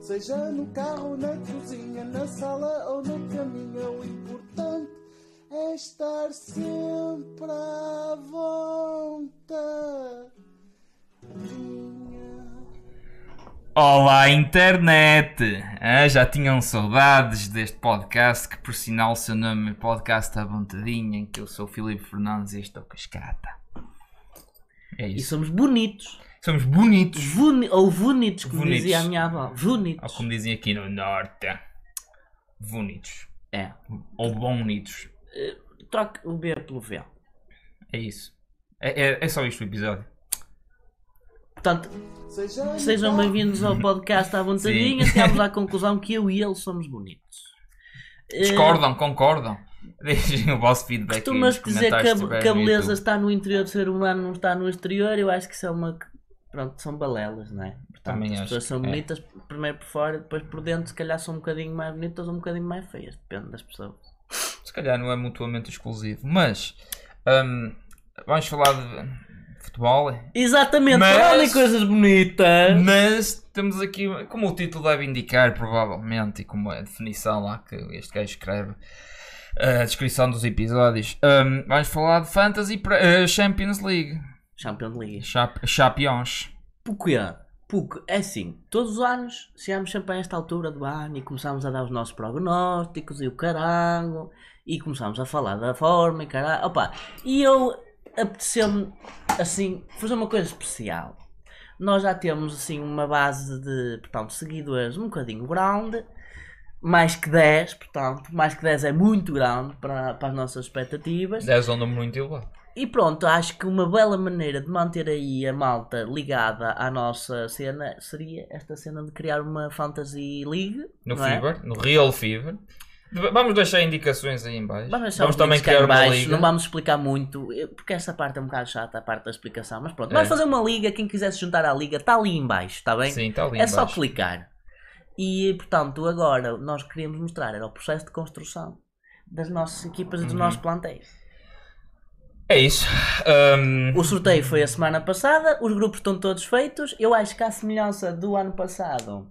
Seja no carro, na cozinha, na sala ou no caminho, é o importante é estar sempre à vontade. Olá, internet! Ah, já tinham saudades deste podcast, que por sinal o seu nome é Podcast à Vontadinha, em que eu sou o Filipe Fernandes e este é o Cascata. É E isso. somos bonitos. Somos bonitos, Vuni- ou bonitos, como Vunitos. dizia a minha avó. ou Bonitos. como dizem aqui no Norte, bonitos. É. Ou bonitos. Troque o B pelo V. É isso. É, é- é só isto o episódio. Portanto, Seja no sejam carro- bem-vindos ao podcast à vontadinha. Sim. Chegámos à conclusão que eu e ele somos bonitos. Eh, Discordam, concordam? Deixem o vosso feedback aí nos Costumas dizer que comentários se a, tiverem que a no beleza YouTube. está no interior do ser humano, não está no exterior. Eu acho que isso é uma. Pronto, são balelas, não é? Portanto, Também as acho pessoas são que é. bonitas, primeiro por fora, depois por dentro, se calhar são um bocadinho mais bonitas ou um bocadinho mais feias, depende das pessoas. Se calhar não é mutuamente exclusivo, mas hum, vamos falar de futebol. Exatamente, Mas- olhem coisas bonitas. Mas temos aqui, como o título deve indicar, provavelmente, e como é a definição lá que este gajo escreve, a descrição dos episódios, hum, vamos falar de Fantasy Pre- eh, Champions League. Champions League. Chap Champions. Porquê? Porque, é assim, todos os anos chegamos sempre a esta altura do ano e começámos a dar os nossos prognósticos e o carango e começámos a falar da forma e caralho. Opa, e eu apeteceu-me, assim, fazer uma coisa especial. Nós já temos, assim, uma base de, portanto, seguidores um bocadinho grande, mais que 10, portanto, mais que 10 é muito grande para, para as nossas expectativas. 10 é um número muito elevado. E pronto, acho que uma bela maneira de manter aí a malta ligada à nossa cena seria esta cena de criar uma Fantasy League. No não é? Fever, no Real Fever. Vamos deixar indicações aí em baixo. Vamos, deixar Vamos os também links cá em criar uma baixo, liga. Não vamos explicar muito, eh, porque essa parte é um bocado chata, a parte da explicação. Mas pronto, vamos É. fazer uma liga. Quem quiser se juntar à liga está ali em baixo, está bem? Sim, está ali é em só baixo. clicar. E portanto, agora nós queríamos mostrar era o processo de construção das nossas equipas e dos Uhum. nossos plantéis. É isso. Hum, O sorteio foi a semana passada, os grupos estão todos feitos. Eu acho que, à semelhança do ano passado,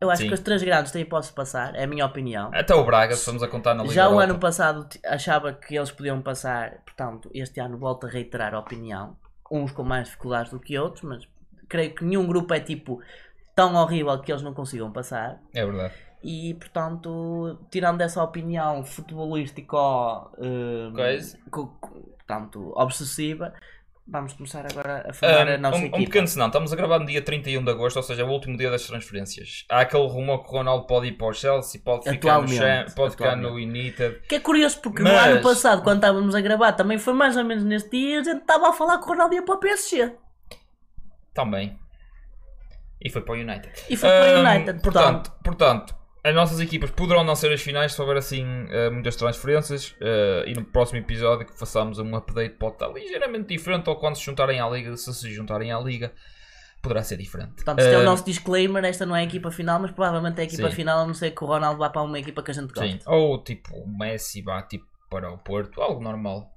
eu acho Sim. que os três grandes têm posso passar, é a minha opinião. até o Braga, se estamos a contar na Liga Já o Europa. ano passado t- achava que eles podiam passar, portanto, este ano volto a reiterar a opinião. Uns com mais dificuldades do que outros, mas creio que nenhum grupo é tipo tão horrível que eles não consigam passar. É verdade. E portanto, tirando essa opinião futebolística hum, Coisa. co- co- portanto, obsessiva, vamos começar agora a formar a Um, nossa um, equipa. um pequeno senão, estamos a gravar no dia 31 de agosto, ou seja, é o último dia das transferências. Há aquele rumor que o Ronaldo pode ir para o Chelsea, pode ficar no, Atualmente, Cham- pode ficar atualmente. no United. Que é curioso porque no Mas- ano passado, quando estávamos a gravar, também foi mais ou menos neste dia, a gente estava a falar que o Ronaldo ia para o PSG. Também. E foi para o United. E foi para o Hum, United, portanto. portanto, portanto, as nossas equipas poderão não ser as finais se houver assim eh, muitas transferências eh, e no próximo episódio que façamos um update pode estar ligeiramente diferente ou quando se juntarem à liga, se se juntarem à liga, poderá ser diferente. Portanto, este é Eh, o nosso disclaimer, esta não é a equipa final, mas provavelmente é a equipa Sim. final, a não ser que o Ronaldo vá para uma equipa que a gente gosta. Sim. Ou tipo o Messi vá tipo para o Porto, algo normal.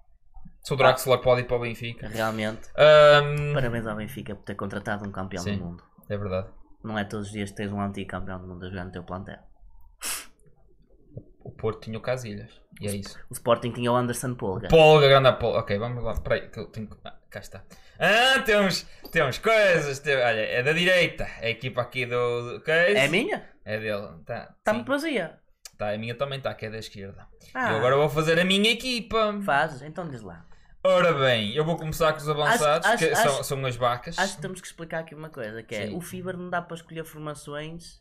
Se o Draxler Ah. pode ir para o Benfica. Realmente. Ahm, Parabéns ao Benfica por ter contratado um campeão Sim. do mundo. É verdade. Não é todos os dias que tens um antigo campeão do mundo a jogar no teu plantel. O Porto tinha o Casilhas. E é isso. O Sporting tinha o Anderson Polga. Polga, grande polga. Ok, vamos lá. Peraí, que eu tenho que. Ah, cá está. Ah, temos, temos coisas. Tem... Olha, é da direita. É a equipa aqui do. do- coisa. É minha? É dele. Tá, Está sim. muito vazia. Tá, a minha também está, que é da esquerda. Ah, Eu agora vou fazer a minha equipa. fazes? Então diz lá. Ora bem, eu vou começar com os avançados, acho- que são, acho- são as vacas. Acho que temos que explicar aqui uma coisa, que é Sim. o Fiber não dá para escolher formações.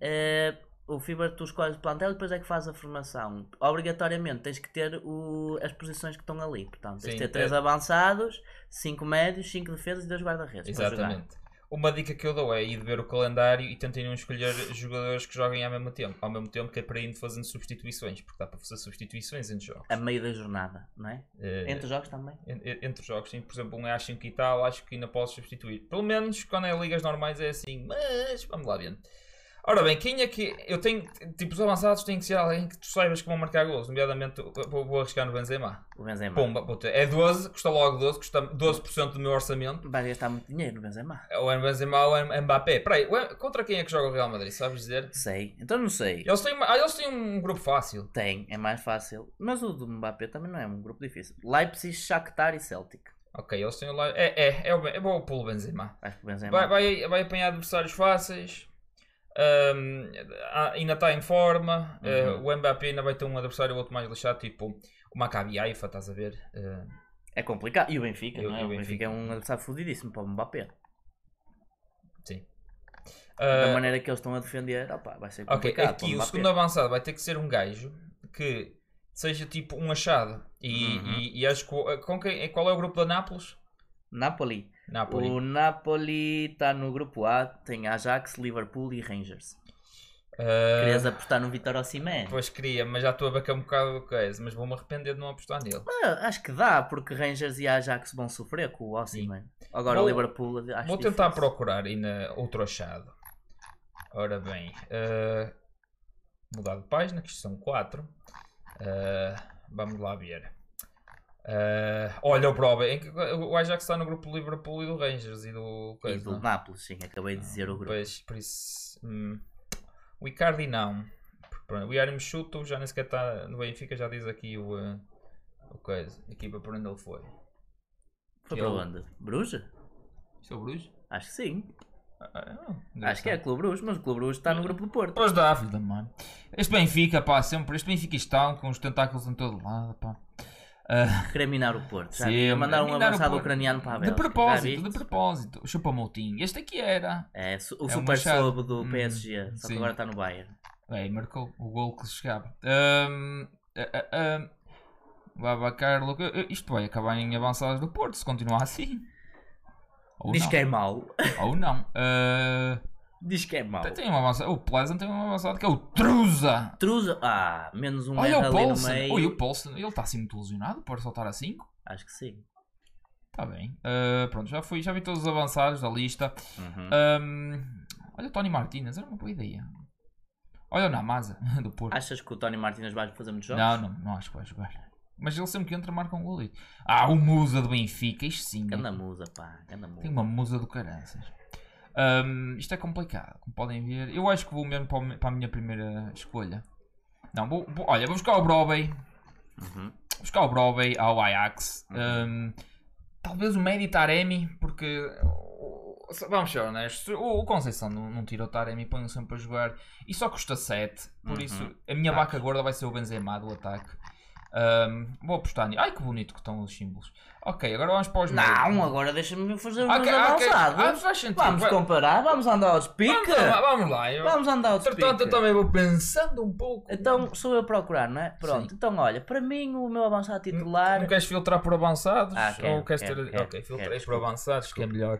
eh, o Fiber tu escolhes o plantel e depois é que faz a formação. Obrigatoriamente tens que ter o- as posições que estão ali. Portanto, Sim, tens que ter três é- avançados, cinco médios, cinco defesas e dois guarda-redes. para jogar. Exatamente. Uma dica que eu dou é ir ver o calendário e tentem não escolher jogadores que joguem ao mesmo tempo. Ao mesmo tempo que é para ir fazendo substituições, porque dá para fazer substituições entre jogos. A meio da jornada, não é? Eh, Entre os jogos também. en- en- entre os jogos, sim, por exemplo, um é às 5 e tal, acho que ainda posso substituir. Pelo menos quando é ligas normais é assim, mas vamos lá ver. Ora bem, quem é que. Eu tenho. Tipo, os avançados têm que ser alguém que tu saibas que vão marcar gols. Nomeadamente, eu vou, vou arriscar no Benzema. O Benzema. Pumba, puta. É 12, custa logo 12, custa 12% do meu orçamento. Vai gastar muito dinheiro no Benzema. É o Benzema ou é o Mbappé. Peraí, o M- contra quem é que joga o Real Madrid? Sabes dizer? Sei. Então não sei. Eles têm, uma- ah, eles têm um grupo fácil. Tem, é mais fácil. Mas o do Mbappé também não é um grupo difícil. Leipzig, Shakhtar e Celtic. Ok, eles têm lá. É, é, é, o, Ben- é bom pelo Benzema. Acho que o Benzema. Vai, vai, vai apanhar adversários fáceis. Ahm, ah, ainda está em forma. Eh, Uhum. o Mbappé ainda vai ter um adversário ou outro mais lixado, tipo o Maccabi Haifa, estás a ver? Eh, É complicado. E o Benfica, E o- não é? e o O Benfica é um adversário fodidíssimo para o Mbappé. sim. da Ah, maneira que eles estão a defender, opa, vai ser ok, complicado. para aqui o Mbappé. segundo avançado vai ter que ser um gajo que seja tipo um achado. E, Uhum. e- e acho que o- com quem, qual é o grupo da Nápoles? Napoli. Nápoles. O Napoli está no grupo A, tem Ajax, Liverpool e Rangers. Ah, Querias apostar no Vitor Osimhen? pois queria, mas já estou a bacar um bocado do coisa, mas vou-me arrepender de não apostar nele. Ah, acho que dá, porque Rangers e Ajax vão sofrer com o Osimhen. Agora Vou- o Liverpool, acho Vou difícil. tentar procurar ainda outro achado. Ora bem, eh, mudar de página, que isto são quatro. Eh, vamos lá ver. Eh, olha o Broba, em que- o Ajax está no grupo do Liverpool e do Rangers e do. E coisa, do não? é? Nápoles, sim, acabei de Ah, dizer o grupo. Pois, por isso. hum, o Icardi não. Porque, pronto, O Yarim Chuto já nem sequer está no Benfica, já diz aqui o. eh, o coisa, a equipa por onde ele foi. que Foi para é o- onde? Bruges? Isto é o Bruges? Acho que sim. Ah, Acho que é Clube Bruges, mas o Clube Bruges está no grupo do Porto. Pois dá, filho da mãe. Este Benfica, pá, sempre. Este Benfica está com os tentáculos em todo lado, pá. Ah, Creminar o Porto. Já sempre. mandar um Minar o avançado Porto. ucraniano para a De Bélgica. já propósito, viste? de propósito. Chupa Moutinho. Este aqui era. É, su- o É um super machado. sub do Hum, PSG, só sim. que agora está no Bayern. Bem, É, marcou o gol que se chegava. Ahm, ah, ah, ah. Baba Carlo. ah, ah, Isto vai acabar em avançadas do Porto, se continuar assim. Ou Diz não. que é mau. Ou não. Ah, Diz que é mau. tem- tem um avançado. O Pleasant tem um avançado que é o Truza. Truza. Ah, menos um Olha erro o ali no Paulson. meio. Oi, o Paulson. Ele está assim muito lesionado para soltar a 5. Acho que sim. Tá bem. Ah, pronto, já, fui, já vi todos os avançados da lista. Uhum. Ahm, olha o Tony Martinez, era uma boa ideia. Olha o Namaza, do Porto. Achas que o Tony Martins vai fazer muitos jogos? Ah. não, não, não acho que vai jogar. Mas ele sempre que entra marca um golito. Ah, o Musa do Benfica, isto sim. Ganda é. musa, pá. Ganda musa. Tem uma musa do caranças. Ahm, isto é complicado, como podem ver. Eu acho que vou mesmo para o me- para a minha primeira escolha. Não, vou, vou- olha, vou buscar o Broadway. Uhum. buscar o Broadway ao Ajax. Uhum. Um, talvez o Medi Taremi, porque. o- o- Vamos ser honestos, o o Conceição não, não tira o Taremi, põe-o sempre a jogar e só custa 7. Por Uhum. isso, a minha Tá. vaca gorda vai ser o Benzema do ataque. Um, vou apostar nisso. Ai que bonito que estão os símbolos. Ok, agora vamos para os Não, meios. agora deixa-me fazer os Ok, meus ok. Ah, avançados. faz sentido. Vamos Vai- comparar, vamos andar aos vamos piques. lá, vamos lá. Eu- Vamos andar aos Entretanto, eu piques. também vou pensando um pouco. Então sou eu a procurar, não é? Pronto, então olha, para mim o meu avançado Hum, titular. não queres filtrar por avançados? Ah, ou quero, queres quero, ter. quero, ok, quero, filtrei por desculpa, avançados, que é melhor.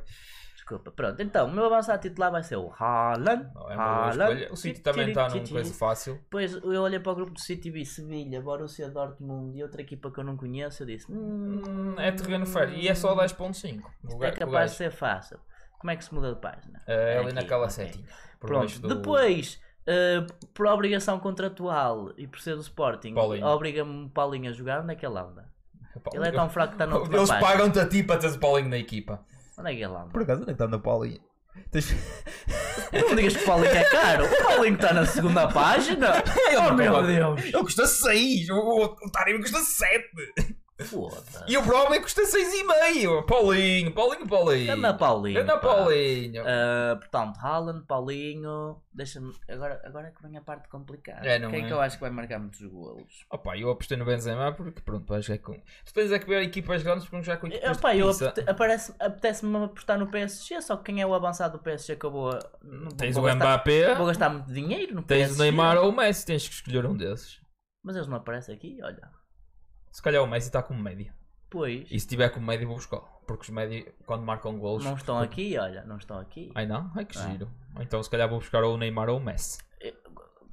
Desculpa, pronto, então o meu avançado titular vai ser o Haaland. Não, é uma boa Haaland. escolha. O City também está num coisa fácil. Depois eu olhei para o grupo do City e vi Sevilha, Borussia Dortmund e outra equipa que eu não conheço. Eu disse: hum, É terreno fértil. E é só 10.5. O É ga- o capaz de gajo. ser fácil. Como é que se muda de página? É ali Aqui, naquela ok. setinha. Por Pronto, baixo do- depois, uh, por obrigação contratual e por ser do Sporting, Paulinho. obriga-me o Paulinho a jogar. Onde é que ele anda? Pá, Ele é tão fraco que está na outra Eles página. pagam-te a ti para teres o Paulinho na equipa. Onde é que ele anda? acaso, onde é que está o Paulinho? Não digas que o Paulinho é caro. O Paulinho está na segunda página. oh meu Deus. Ele custa 6. O, o, o Taremi custa 7. Foda-se. E o Bromen custa 6,5. Paulinho, Paulinho, Paulinho. Anda Paulinho. Anda, pá. Paulinho. Uh, portanto, Haaland, Paulinho. Deixa-me. Agora, agora é que vem a parte complicada. É, não Quem é? que eu acho que vai marcar muitos golos? Opa, eu apostei no Benzema porque pronto, vais jogar com. Tu tens é que ver equipas grandes porque vamos jogar com equipas Epá, de Eh, eu pizza. apete- aparece- apetece-me apostar no PSG, só que quem é o avançado do PSG que eu vou. não- Tens vou o gastar- Mbappé. Vou gastar muito dinheiro no PSG. Tens o Neymar ou o Messi, é. tens que escolher um desses. Mas eles não aparecem aqui, olha. Se calhar o Messi está com média. Pois. E se tiver com média, vou buscar. Porque os média, quando marcam golos. Não estão aqui, olha. Não estão aqui. Ai não? Ai que Ah. giro. Então se calhar vou buscar ou o Neymar ou o Messi.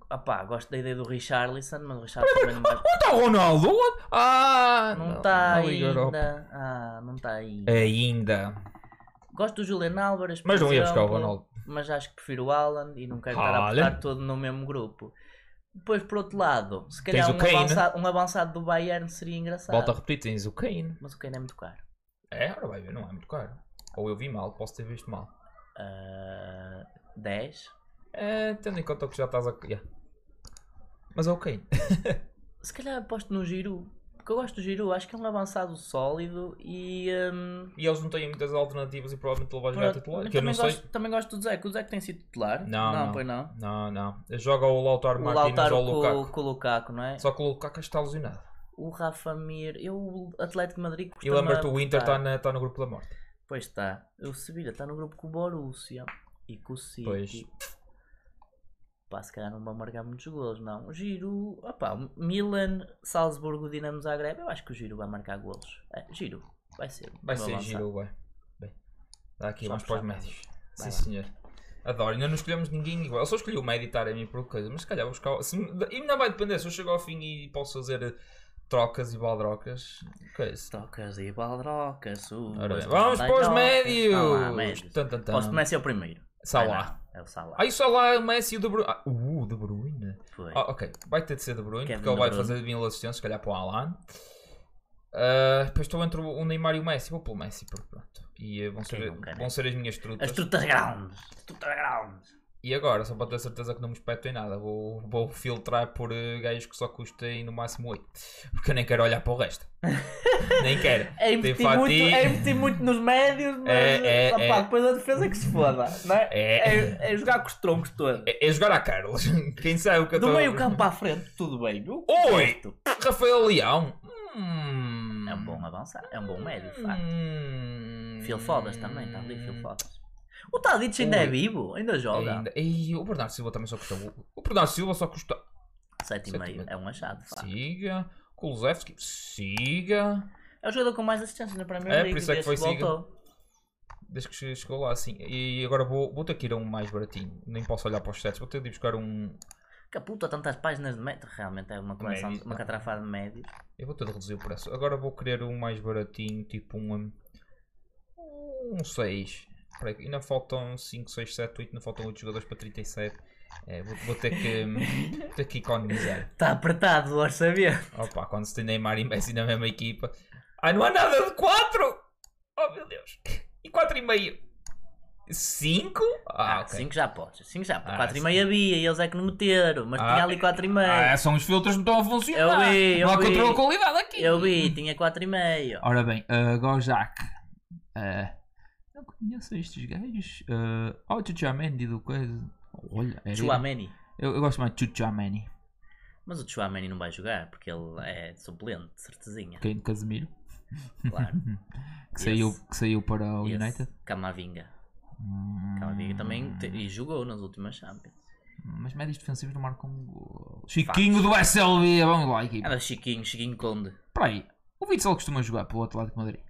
Opá, gosto da ideia do Richarlison, mas o Richarlison também não vai. Onde está tá o Ronaldo? Onde- Ah! Não está na Liga Europa. ainda. Ah, não está aí. Ainda. Gosto do Julian Álvares. por Mas não ia buscar o exemplo. Ronaldo. mas acho que prefiro o Alan e não quero estar a Haaland. apostar todo no mesmo grupo. Depois, por outro lado, se calhar Tens o um Kane. né? avançado, um avançado do Bayern seria engraçado. Volto a repetir, tens o Kane. Mas o Kane é muito caro. É, ora vai ver, não é muito caro. Ou eu vi mal, posso ter visto mal. Ah, 10. É, tendo em conta que já estás a. Yeah. Mas é o Kane. Se calhar aposto no Giroud. Porque eu gosto do Giroud, acho que é um avançado sólido e. hum, E eles não têm muitas alternativas e provavelmente ele vai jogar pronto. titular. Mas é, tipo, Que eu não também, sei. gosto, também gosto do Zeco. O Zeco tem sido titular. Não, não, não. pois não. Não, não. Joga o Lautaro O Martínez Lautaro ou com, o Lukaku. com o Lukaku, não é? Só que o Lukaku está lesionado. O Rafa Mir. Eu, o Atlético de Madrid. E lembra-te, é o costuma Inter apostar. está na- está no grupo da morte. Pois está. O Sevilha está no grupo com o Borussia e com o City. Pois. Pá, se calhar não vão marcar muitos golos, não. O Giro, opá, Milan, Salzburgo, Dinamo Zagreb. Eu acho que o Giro vai marcar golos. É, Giro, vai ser. Vai Vou ser avançar. giro, ué. Bem. Dá aqui, Só vamos para os puxar. médios. Sim, Vai lá. senhor. Adoro, ainda não escolhemos ninguém igual. Eu só escolhi o médio estar a mim por coisa, mas se calhar vou buscar. Se, me- e ainda vai depender, se eu chego ao fim e posso fazer eh, trocas e baldrocas. Coisa. Tocas e baldrocas. Ora bem, vamos para os médios! Tá Tan, tan, tan. Posso começar o primeiro. Salah. Vai lá, É o Salah. Aí só lá o Messi e o De Bruyne. Ah, uh, De Bruyne. Foi. Ah, ok, vai ter de ser De Bruyne, Kevin porque ele é De vai Bruyne. fazer de mil assistências, se calhar para o Alan. Ah, depois estou entre o Neymar e o Messi, vou pelo Messi, porque pronto. E eh, vão Quem ser, nunca, né? vão ser as minhas trutas. As trutas grandes. As trutas grandes. E agora, só para ter certeza que não me espeto em nada, vou, vou filtrar por eh, gajos que só custem no máximo 8. Porque eu nem quero olhar para o resto. nem quero. É investir, muito, é investir muito nos médios, mas É, é, opá, é. depois a defesa que se foda, não é? É. é jogar com os troncos todos. É, é jogar à Carlos. Quem sabe o que eu Do estou- meio campo à frente, tudo bem. O Oi! resto- Rafael Leão. Hum. É um bom avançar, é um bom médio, de facto. Hum. Phil Fodas também, está ali Phil Fodas. O Tadic ainda é Ui. vivo, ainda joga. Ainda. E o Bernardo Silva também só custou. O Bernardo Silva só custou. Sete e Sete e meio, meio. é um achado, de facto. Siga. Kulusevski. Siga. É o jogador com mais assistências na Premier É, League, por isso é que desde foi siga. voltou. Desde que che- chegou lá assim. E agora vou, vou ter que ir a um mais baratinho. Nem posso olhar para os sets. Vou ter de ir buscar um. Caputa, tantas páginas de médio, realmente é uma coleção, Médios, uma tá. catrafada de médios. Eu vou ter de reduzir o preço. Agora vou querer um mais baratinho, tipo um. Um 6. Ainda faltam 5, 6, 7, 8. Ainda faltam 8 jogadores para 37. É, vou, vou ter que. vou ter que economizar. Está Tá apertado o orçamento. Opa, quando se tem Neymar e Messi na mesma equipa. Ai, não há nada de 4! Oh meu Deus! E 4,5? 5? Ah, ok. 5 já podes, 5 já Ah, podes. 4 e sim. meio havia e eles é que não meteram, mas Ah. tinha ali 4 e meio. Ah, são os filtros que não estão a funcionar. Eu vi, eu não há vi. controle de qualidade aqui. Eu vi, tinha 4 e meio. Ora bem, uh, Gojak. Ah, não conheço estes gajos. Uh, oh, Chuchamani do coisa. Olha, era Chouameni. Eu, eu gosto mais de Chuchamani. Mas o Chouameni não vai jogar porque ele é suplente, certezinha. Quem de Casemiro. Claro. Que, Esse. saiu, que saiu para o Esse, United. Camavinga. Hum, Camavinga também te- e jogou nas últimas Champions. Mas médios defensivos não marcam gol. Chiquinho do SLB. Vamos lá, equipe. Era Chiquinho, Chiquinho Conde. Espera aí. O Witzel costuma jogar pelo Atlético de Madrid.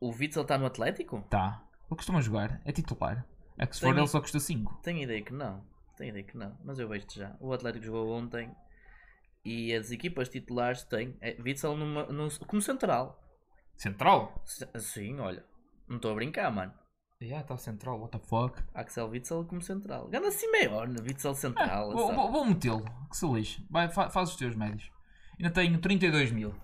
O Witzel está no Atlético? Tá. Ele costuma jogar. É titular. É que se Tem- for ele só custa 5. Tenho ideia que não. Tenho ideia que não. Mas eu vejo-te já. O Atlético jogou ontem e as equipas titulares têm é, Witzel numa, num- como central. Central? Se- Sim, olha. Não estou a brincar, mano. Yeah, está É, tá central. What the fuck? Axel Witzel como central. Ganda Simeone, Witzel central. Ah, Vou, sabe? vou- vou metê-lo, que se lixe. Vai, fa- faz os teus médios. Ainda tenho 32 mil.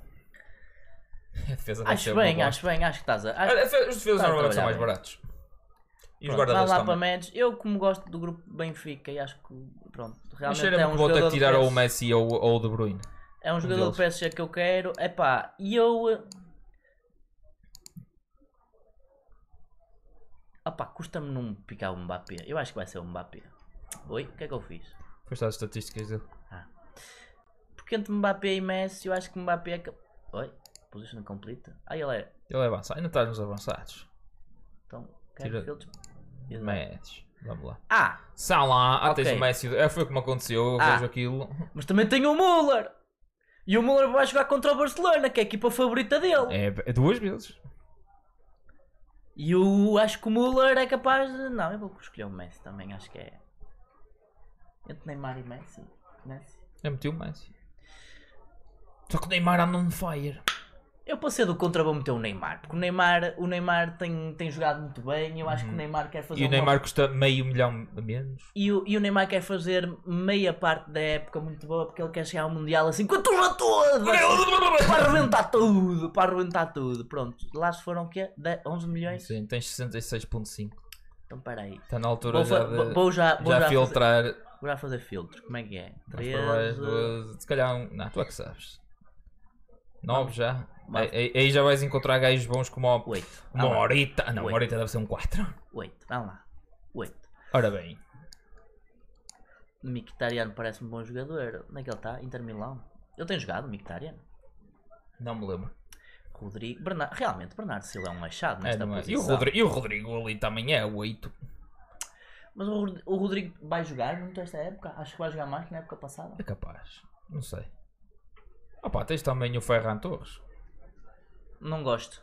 A defesa Acho bem, acho bem, acho que estás a. acho- Os defesas Tá a normalmente são trabalhar mais bem. baratos. E os Pronto, vai guarda-redes lá para também. Mendes. Eu, como gosto do grupo Benfica, e acho que pronto, Mas realmente é cheira-me um que vou ter jogador que do tirar ou o PSG. Messi ou, ou o De Bruyne. É um jogador do deles. PSG que eu quero. Epá, e eu. eh, Opá, custa-me não picar o Mbappé. Eu acho que vai ser o Mbappé. Oi, o que é que eu fiz? Depois as estatísticas dele. Porque entre Mbappé e Messi, eu acho que Mbappé é. que- Oi, position complete. Ah, ele é. Ele é avançado. Ainda está nos avançados. Então, quero Tira- filtros. Médios. Vamos lá. Ah, São lá. Ah, tens Ok. o Messi. É, foi como aconteceu. Eu Ah. vejo aquilo. mas também tem o Müller. E o Müller vai jogar contra o Barcelona, que é a equipa favorita dele. É, é duas vezes. E eu acho que o Müller é capaz de. Não, eu vou escolher o Messi também, acho que é. Entre Neymar e Messi. Messi. É, Eu meti o Messi. Só que o Neymar anda on fire. Eu para ser do contra vou meter o Neymar, porque o Neymar, o Neymar tem, tem jogado muito bem, eu acho que o Neymar quer fazer Uhum. E o é, uma- Neymar custa meio milhão a menos. e, o, e o Neymar quer fazer meia parte da época muito boa porque ele quer chegar ao Mundial assim com a turma toda para arrebentar tudo, para arrebentar tudo. Pronto, lá se foram o quê? De- 11 milhões? Sim, tem 66.5. Então peraí. Está na altura Vou, já fa- de... vou- vou já, vou já, já, fazer, filtrar vou já fazer filtro. Como é que é? mais para baixo, 13. duas- se calhar um. Não, tu é que sabes. 9 já. Vamos. Aí, aí- aí já vais encontrar gajos bons como o- 8. uma horita. Ah, Não, uma Oito. horita deve ser um 4. 8. Vamos lá. 8. Ora bem, Mictariano parece-me um bom jogador. Onde é que ele está? Inter Milão. Ele tem jogado, Mictariano. não me lembro. Rodrigo. Bernardo, realmente, Bernardo Silva é um machado É, nesta não é? E, o posição. Rodrigo, e o Rodrigo ali também é 8. Mas o, Rod- o Rodrigo vai jogar muito esta época? Acho que vai jogar mais que na época passada. É capaz. Não sei. Opa, tens também o Ferran Torres. Não gosto.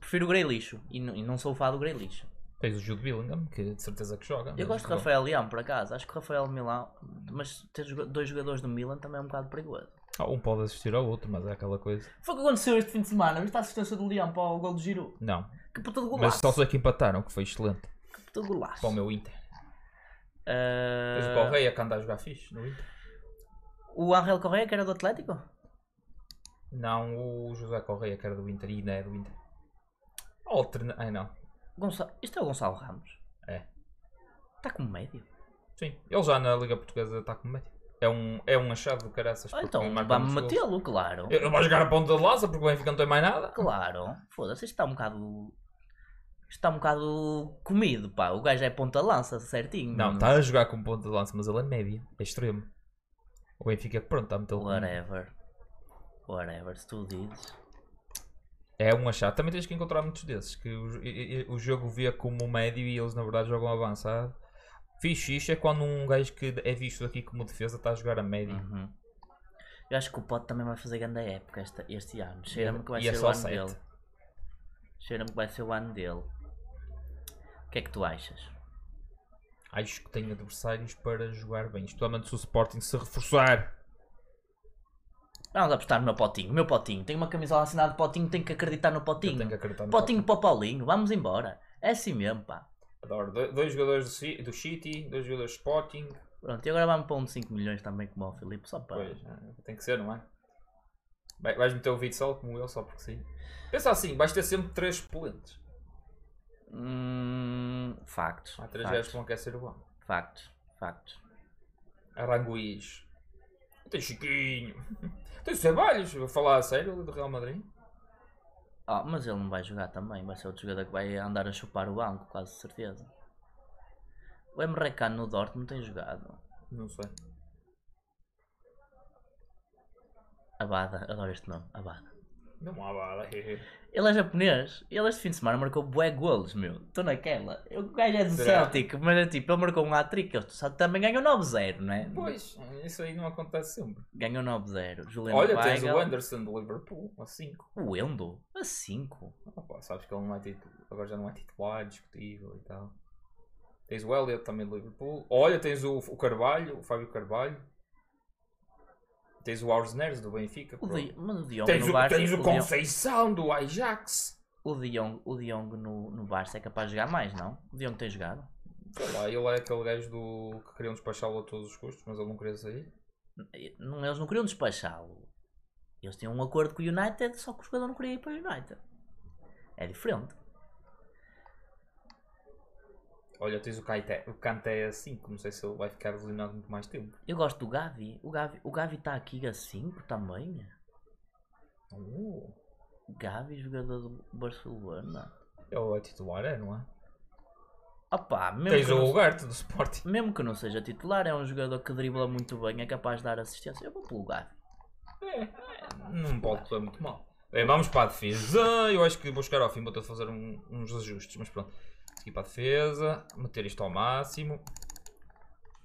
Prefiro o Grey Lixo. E, n- e não sou fã do Grey Lixo. Tens o Jude Billingham, que de certeza que joga. Eu mas é gosto do pronto. Rafael Leão, por acaso. Acho que o Rafael Milão. Mas ter joga- dois jogadores do Milan também é um bocado perigoso. Ah, um pode assistir ao outro, mas é aquela coisa. Foi o que aconteceu este fim de semana. Viste a assistência do Leão para o gol do Giro? Não. Que puta de Mas golaço! só sei que empataram, que foi excelente. Que puta de golaço! Para o meu Inter. Ah, Tens o Correia que anda a jogar fixe no Inter. o Angel Correia, que era do Atlético? Não, o José Correia que era do Inter e ainda é do Inter. Alterna... Ai não. Gonça... Isto é o Gonçalo Ramos. É. Está com médio. Ah, Sim, ele já na Liga Portuguesa está com médio. É um, é um achado do caraças. Ah, porque então, marca vamos muitos golos. matê-lo, claro. Ele vai jogar a ponta de lança porque o Benfica não tem mais nada. Claro. Foda-se, isto está um bocado. Isto está um bocado comido, pá. O gajo é ponta-lança, certinho. Não, tá- mano. está a jogar com ponta de lança, mas ele é médio, é extremo. O Benfica, pronto, está muito Whatever. Whatever, se tu dizes. É um achado. Também tens que encontrar muitos desses, que o, e- e- o jogo vê como médio e eles na verdade jogam avançado. Fixe isto é quando um gajo que é visto aqui como defesa está a jogar a médio. Uhum. Eu acho que o Pote também vai fazer grande época este, este ano. Cheira-me que vai E é ser só o ano sete. dele. Cheira-me que vai ser o ano dele. O que é que tu achas? Acho que tem adversários para jogar bem, especialmente se o Sporting se reforçar. Vamos apostar no meu potinho, meu potinho. Tenho uma camisola assinada de potinho, tenho que acreditar no Eu potinho. tenho que acreditar no Potinho para o Paulinho, vamos embora. É assim mesmo, pá. Sporting. Adoro. Do- Dois jogadores do, Ci- do City, dois jogadores do Sporting. Pronto, e agora vamos para um de 5 milhões também, como o Filipe, só para. Pois, é, tem que ser, não é? Vai- Vais meter o Vitzel como eu, só porque sim. Pensa assim, vais ter sempre três suplentes. Hum, factos. Há três gajos Factos, que não quer ser o banco. factos, factos. Aranguiz. Tem Chiquinho. Tem Ceballos. Vou falar a sério do Real Madrid. Ah, mas ele não vai jogar também, vai ser outro jogador que vai andar a chupar o banco, quase certeza. O MRK no Dortmund tem jogado. Não sei. Abada, adoro este nome, Abada. Não há bala. Ele é japonês, ele este fim de semana marcou bué golos, meu. Estou naquela. O gajo é do Será? Celtic, mas é tipo, ele marcou um hat-trick, ele só- também ganhou 9-0, não é? Pois, isso aí não acontece sempre. Ganhou 9-0. Juliano Olha, Weigl, tens o Anderson do Liverpool, a 5. O Endo, a 5. sabes que ele não é titular, agora já não é titular, discutível e tal. Tens o Elliot também do Liverpool. Olha, tens o, o Carvalho, o Fábio Carvalho. Tens o Ausneres do Benfica. O pronto. Di- Mas o Dion Hum. Tens no o, Barça. tens o o Dion- Conceição do Ajax. O Dion, o Dion no, no Barça é capaz de jogar mais, não? O Dion tem jogado? Sei lá, ele é aquele gajo do que queriam despachá-lo a todos os custos, mas ele não queria sair. Não, eles não queriam despachá-lo. Eles tinham um acordo com o United, só que o jogador não queria ir para o United. É diferente. Olha, tens o Kanté, o Kanté a 5, não sei se ele vai ficar lesionado muito mais tempo. Eu gosto do Gavi. O Gavi, o Gavi está aqui a 5 também. Uh, Gavi, jogador do Barcelona. ele é titular, é, não é? Opa, mesmo Tens que, o não, Ugarte do Sporting. mesmo que não seja titular, é um jogador que dribla muito bem, é capaz de dar assistência. Eu vou pelo Gavi. Não pode correr muito mal. Bem, vamos para a defesa. Eu acho que vou chegar ao fim, vou ter de fazer um- uns ajustes, mas pronto. Aqui para a defesa, meter isto ao máximo.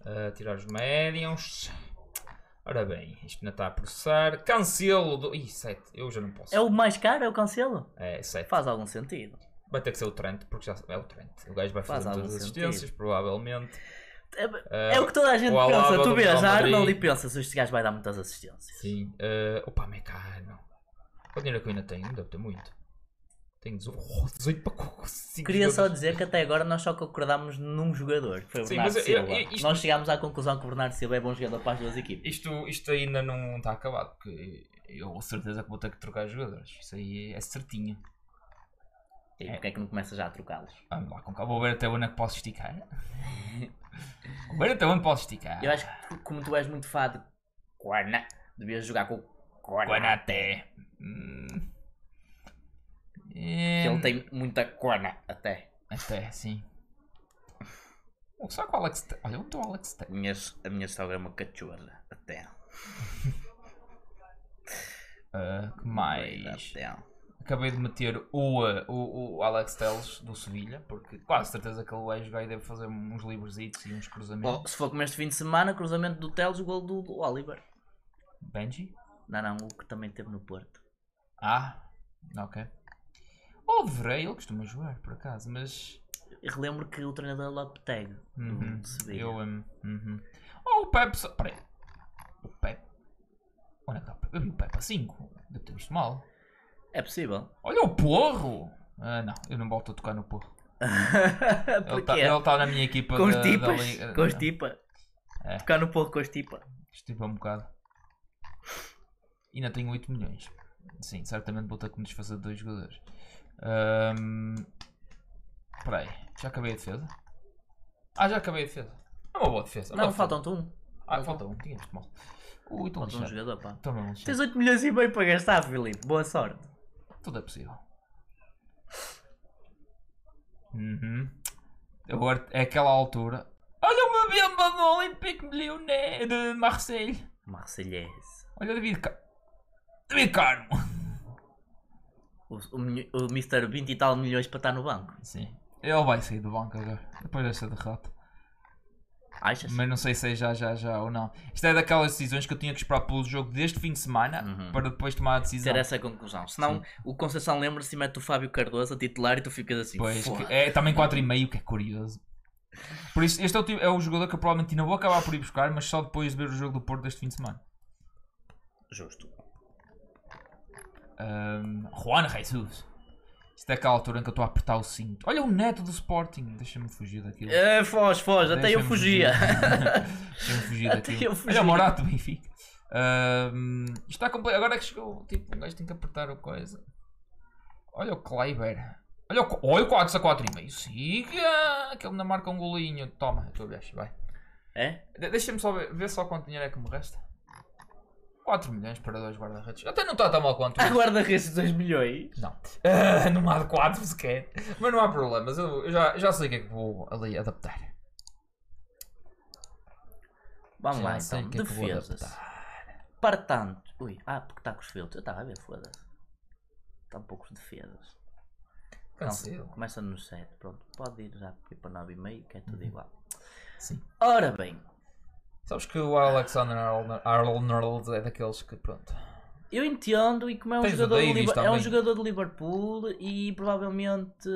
Ah, tirar os médiums. Ora bem, isto ainda está a processar. Cancelo do. Ih, 7. Eu já não posso. É o mais caro, é o Cancelo? É, 7. Faz algum sentido. Vai ter que ser o Trent, porque já é o Trent. O gajo vai Faz fazer todas algum as sentido. assistências, provavelmente. Ah, É, é o que toda a gente o Alaba pensa. Tu do vês Real a Arnold Madrid. Eh, é e pensas, este gajo vai dar muitas assistências. Sim. Ah, opa, Mecano. Quanto dinheiro é que eu ainda tenho? Não deve ter muito. Tenho 18, oh, 18 para 5 Queria só dizer que até agora nós só concordámos num jogador, que foi o Sim, Bernardo mas eu- Silva. eu- isto- Nós chegámos à conclusão que o Bernardo Silva é bom jogador para as duas equipes. Isto, isto ainda não está acabado, porque eu com certeza que vou ter que trocar jogadores. Isso aí é certinho. E porque é que não começa já a trocá-los? Vamos lá, com calma. Vou ver até onde é que posso esticar. Vou ver até onde posso esticar. Eu acho que como tu és muito fã de Corna, devias jogar com o Corna. Guanaté. Hum. Que É, ele tem muita Corna, até. Até, sim. Oh, Será que o Alex... Te- Eh, Olha, onde o Alex tem? A minha, a minha sogra é uma cachorra, até. Ah, que Doida, mais? até. Acabei de meter o, ah, o, o Alex Teles do Sevilha, porque quase certeza que ele vai jogar e deve fazer uns livrezitos e uns cruzamentos. Bom, se for como este fim de semana, cruzamento do Teles, gol do, do Oliver. Benji? Não, não, o que também teve no Porto. Ah, ok. Ou deverei, ele costuma jogar, por acaso, mas... E relembro que o treinador é Lopetegui, Uhum. do Sevilha. Eu amo. Uhum. Oh, o Pepe. só- Peraí. O Pepe. Onde é que está o Pepe? Eu vi o Pepe a 5. Devo ter visto mal. É possível. Olha o Porro! Ah, não, eu não volto a tocar no Porro. Ele Porquê? está tá na minha equipa é. Com os da, da tipas. Liga. Com os Não, tipa. É. Tocar no porco com os tipa. Estive um bocado. Ainda tenho 8 milhões. Sim, certamente vou ter que me desfazer de dois jogadores. Ahm, Peraí, já acabei a defesa? Ah, já acabei a defesa. É uma boa defesa. é uma Não, defesa. faltam-te um. Ah, falta um, tínhamos mal. Ui, estou Falta um lixado. jogador, pá. Estou mesmo lixado. Tens um- 8 milhões e meio para gastar, Filipe. Boa sorte. Tudo é possível. Uhum. Agora é aquela altura. Olha o meu bemba do Olympique de Lyonnais de Marseille. Marselhês. Olha o David Car... David Carmo. O, o, milho- o Mr. 20 e tal milhões para estar no banco. Sim. Ele vai sair do banco agora. Depois desta derrota. Achas? Mas não sei se é já, já, já ou não. Isto é daquelas decisões que eu tinha que esperar pelo jogo deste fim de semana Uhum. para depois tomar a decisão. Ter essa conclusão. Senão o Conceição lembra-se e mete o Fábio Cardoso a titular e tu ficas assim. Pois, que- "Foda". é também 4,5, que é curioso. Por isso, este é o, tipo- é o jogador que eu provavelmente ainda vou acabar por ir buscar, mas só depois de ver o jogo do Porto deste fim de semana. Justo. Ahm, Juan Jesus. Isto é aquela altura em que eu estou a apertar o cinto. Olha o neto do Sporting. Deixa-me fugir daquilo. É, foge, foge. Até eu Deixa-me fugia. fugir. Deixa-me fugir Até daquilo. eu Olha fugia. o Morato do Benfica. Ahm, isto está compli- Agora é que chegou. Tipo, um gajo tem que apertar o coisa. Olha o Kleiber. Olha o, co- olha o 4 a 4,5. Siga! Que ele ainda marca um golinho. Toma, eu estou a Vai. É? De- Deixa-me só ver, ver só quanto dinheiro é que me resta. 4 milhões para dois guarda-redes. Até não está tão mal quanto isso. Aguarda redes 2 milhões. Não. Ah, não há de 4 sequer. Mas não há problemas. Eu, eu já, já sei o que é que vou ali adaptar. Vamos Já lá sei então. o que é que vou Defesas. adaptar. Para tanto. Ui, ah, porque está com os filtros. Eu estava a ver, foda-se. Está um pouco de defesas. Cancelo. começa no 7. Pronto, pode ir já aqui para 9,5, que é tudo igual. Sim. Ora bem, Sabes que o Alexander Arnold- Arnold é daqueles que, pronto. eu entendo e como é um, Tens o jogador de, Davies Liber- é um também. jogador de Liverpool e provavelmente.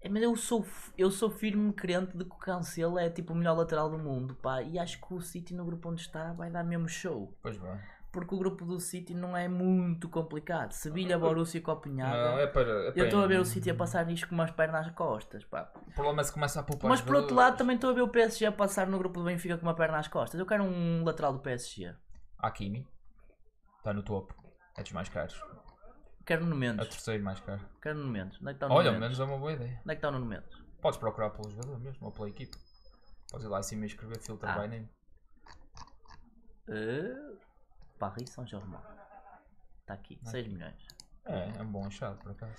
É, Mas eu sou, f- eu sou firme crente de que o Cancelo é tipo o melhor lateral do mundo, pá. E acho que o City no grupo onde está vai dar mesmo show. Pois bem. Porque o grupo do City não é muito complicado. Sevilha, Borussia e Copenhaga. Não, é para, é para Ah, Eu estou a ver o City a passar nisto com umas pernas nas costas, pá. O problema é se começa a poupar. Mas por outro jogadores. lado também estou a ver o PSG a passar no grupo do Benfica com uma perna nas costas. Eu quero um lateral do PSG. Hakimi está no topo. É dos mais caros. Quero no É o Mendes. terceiro mais caro. Quero no Mendes. Onde é que está o Nuno Olha, ao Mendes? menos é uma boa ideia. Onde é que está o Nuno Mendes? Podes procurar pelo jogador mesmo, ou pela equipe. Podes ir lá em cima e escrever filter Ah. by name. Eh, Paris Saint-Germain. Está aqui. 6 milhões. É, é um bom achado, por acaso.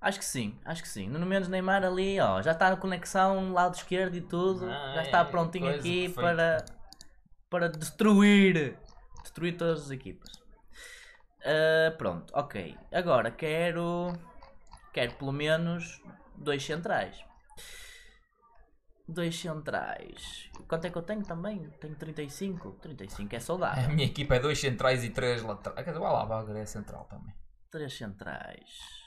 Acho que sim, acho que sim. Nuno Mendes Neymar ali, ó, já está na conexão lado esquerdo e tudo. Ah, já está é, prontinho coisa aqui perfeita. para, para destruir. Destruir todas as equipas. Ah, pronto, ok. Agora quero. Quero pelo menos dois centrais. Dois centrais. Quanto é que eu tenho também? Tenho 35. 35 é A saudável. minha equipa é dois centrais e três laterais. Quer dizer, o Alaba é central também. Três centrais.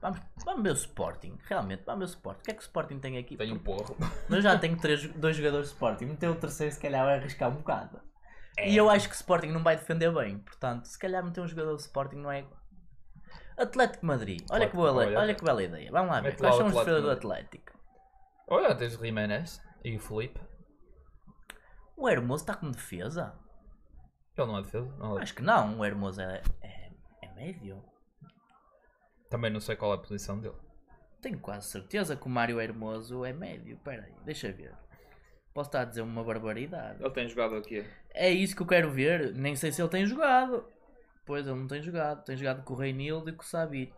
Vamos, vamos ver o Sporting. Realmente, vamos ver o Sporting. O que é que o Sporting tem aqui? Tem um porro. então Mas eu já tenho três, dois jogadores de Sporting. Meter o terceiro, se calhar, vai arriscar um bocado. É. E eu acho que o Sporting não vai defender bem. Portanto, se calhar meter um jogador do Sporting não é igual. Atlético de Madrid. Olha, Atlético, que, boa, olha. olha. que bela ideia. Vamos lá ver. Mete lá Quais o são os Atlético jogadores do de Atlético? Olha, tens o Jiménez e o Felipe. O Hermoso está como defesa? Ele não é defesa. não é. Acho que não. O Hermoso é, é, é médio. Também não sei qual é a posição dele. Tenho quase certeza que o Mário Hermoso é médio. Espera aí, deixa ver. Posso estar a dizer uma barbaridade. Ele tem jogado aqui. É isso que eu quero ver. Nem sei se ele tem jogado. Pois ele não tem jogado. Tem jogado com o Reinildo e com o Sabic.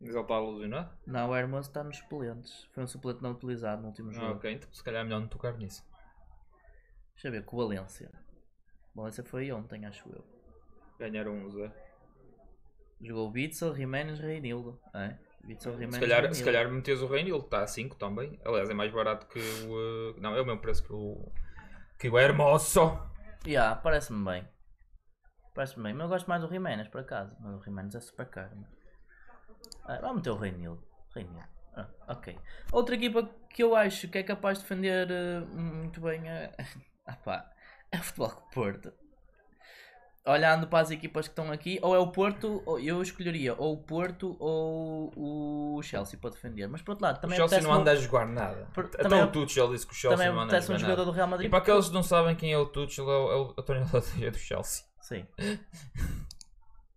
Mas ele está alucinado? Não, o Hermoso está nos suplentes. Foi um suplente não utilizado no último jogo. Ah, ok, então se calhar é melhor não tocar nisso. Deixa eu ver, com o Valência. Valência foi ontem, acho eu. Ganharam um Zé. Jogou o Bitzel, Jiménez, Reinildo. É? Bitzel, Jiménez, Se calhar, Reinildo. se calhar metes o Reino, ele está a 5 também. Aliás, é mais barato que o. eh, Não, é o mesmo preço que o. Que o Hermoso. Ya, parece-me bem. Parece-me bem. Mas eu gosto mais do Jiménez, por acaso. Mas o Jiménez é super caro. né? Ah, vamos meter o Reinildo. Reinildo. Ah, ok. Outra equipa que eu acho que é capaz de defender eh, muito bem é... ah, pá, é o Futebol Clube do Porto. Olhando para as equipas que estão aqui, ou é o Porto, ou eu escolheria ou o Porto ou o Chelsea para defender. Mas por outro lado, O também Chelsea apetece não anda a jogar nada. Por- Até também- o Tuchel disse que o Chelsea também não anda a apetece um jogar jogador nada. do Real Madrid. E para aqueles que não sabem quem é o Tuchel, é o, é o treinador do Chelsea. Sim.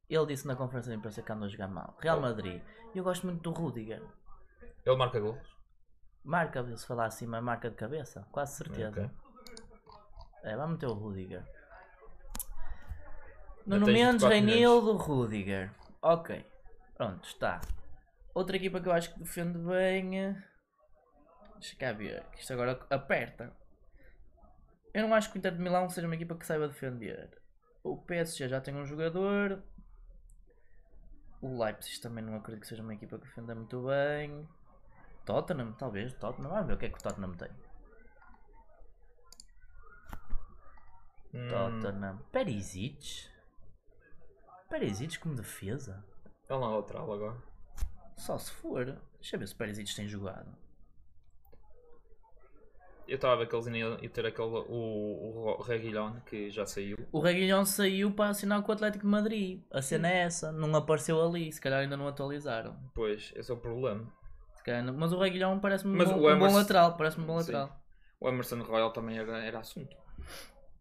Ele disse na conferência de imprensa que andam a jogar mal. Real Madrid. Eu gosto muito do Rudiger. Ele marca gols. Marca, se falar assim, mas marca de cabeça. Quase certeza. Ok. É, vai meter o Rudiger. Nuno tens Mendes, 24 Reinildo, Rudiger. Ok. Pronto, está. Outra equipa que eu acho que defende bem. eh, Deixa cá ver, que isto agora aperta. Eu não acho que o Inter de Milão seja uma equipa que saiba defender. O PSG já tem um jogador. O Leipzig também não acredito que seja uma equipa que defenda muito bem. Tottenham, talvez. Tottenham, vamos ver o que é que o Tottenham tem. Hum, Tá, Tottenham. Perisic? Perisic como defesa? Ele não é lateral agora. Só se for. Deixa eu ver se Perisic tem jogado. Eu estava a ver que eles iam iam ter aquele. O, o Reguilhon, que já saiu. O Reguilhão saiu para assinar com o Atlético de Madrid. A cena é essa. Não apareceu ali. Se calhar ainda não atualizaram. Pois, esse é o problema. Se calhar não- Mas o Reguilhão parece-me um, Mas bom- o um bom Emerson- lateral. Parece-me um bom Sim. lateral. O Emerson Royal também era, era assunto.